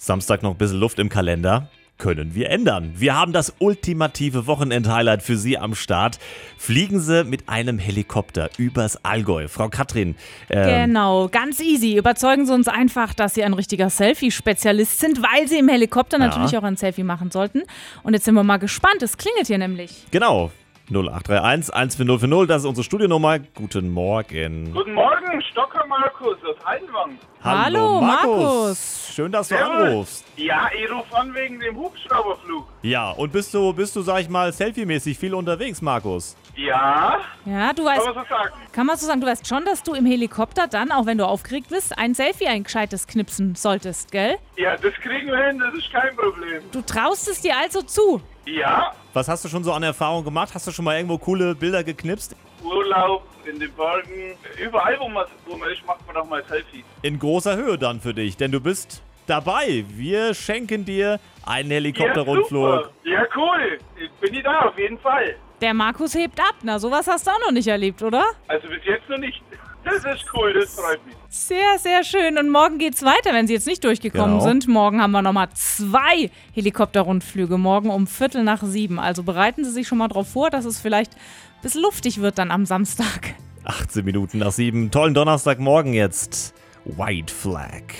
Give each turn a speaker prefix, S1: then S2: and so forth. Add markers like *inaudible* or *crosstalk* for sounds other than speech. S1: Samstag noch ein bisschen Luft im Kalender. Können wir ändern. Wir haben das ultimative Wochenend-Highlight für Sie am Start. Fliegen Sie mit einem Helikopter übers Allgäu. Frau Katrin, ähm,
S2: Genau, ganz easy. Überzeugen Sie uns einfach, dass Sie ein richtiger Selfie-Spezialist sind, weil Sie im Helikopter
S1: Ja.
S2: natürlich auch ein Selfie machen sollten. Und jetzt sind wir mal gespannt. Es klingelt hier nämlich.
S1: genau. 0831 14040, das ist unsere Studionummer. Guten Morgen.
S3: Guten Morgen, Stocker Markus aus Heidenwang.
S2: Hallo, Markus.
S1: Schön, dass du
S3: Servus.
S1: anrufst.
S3: Ja, ich rufe an wegen dem Hubschrauberflug.
S1: Ja, und bist du, bist du, sag ich mal, selfie-mäßig viel unterwegs, Markus?
S3: Ja,
S2: Ja, du
S3: kann
S2: weißt,
S3: man so sagen.
S2: kann man so sagen, du weißt schon, dass du im Helikopter dann, auch wenn du aufgeregt bist, ein Selfie, ein gescheites knipsen solltest, gell?
S3: Ja, das kriegen wir hin, das ist kein Problem.
S2: Du traust es dir also zu.
S3: Ja,
S1: Was hast du schon so an Erfahrung gemacht? Hast du schon mal irgendwo coole Bilder geknipst?
S3: Urlaub in den Bergen, überall wo man, wo man ist, macht man doch mal Selfies.
S1: In großer Höhe dann für dich, denn du bist dabei. Wir schenken dir einen
S3: ja,
S1: Helikopterrundflug.
S3: super. ja, cool. Ich bin ich da, auf jeden Fall.
S2: Der Markus hebt ab. Na, sowas hast du auch noch nicht erlebt, oder?
S3: Also bis jetzt noch nicht. *laughs* Das ist cool, das freut mich.
S2: Sehr, sehr schön. Und morgen geht's weiter, wenn Sie jetzt nicht durchgekommen
S1: Genau.
S2: sind. Morgen haben wir nochmal zwei Helikopterrundflüge. Morgen um Viertel nach sieben. Also bereiten Sie sich schon mal drauf vor, dass es vielleicht bis luftig wird dann am Samstag.
S1: 18 Minuten nach 7. Tollen Donnerstagmorgen jetzt. White Flag.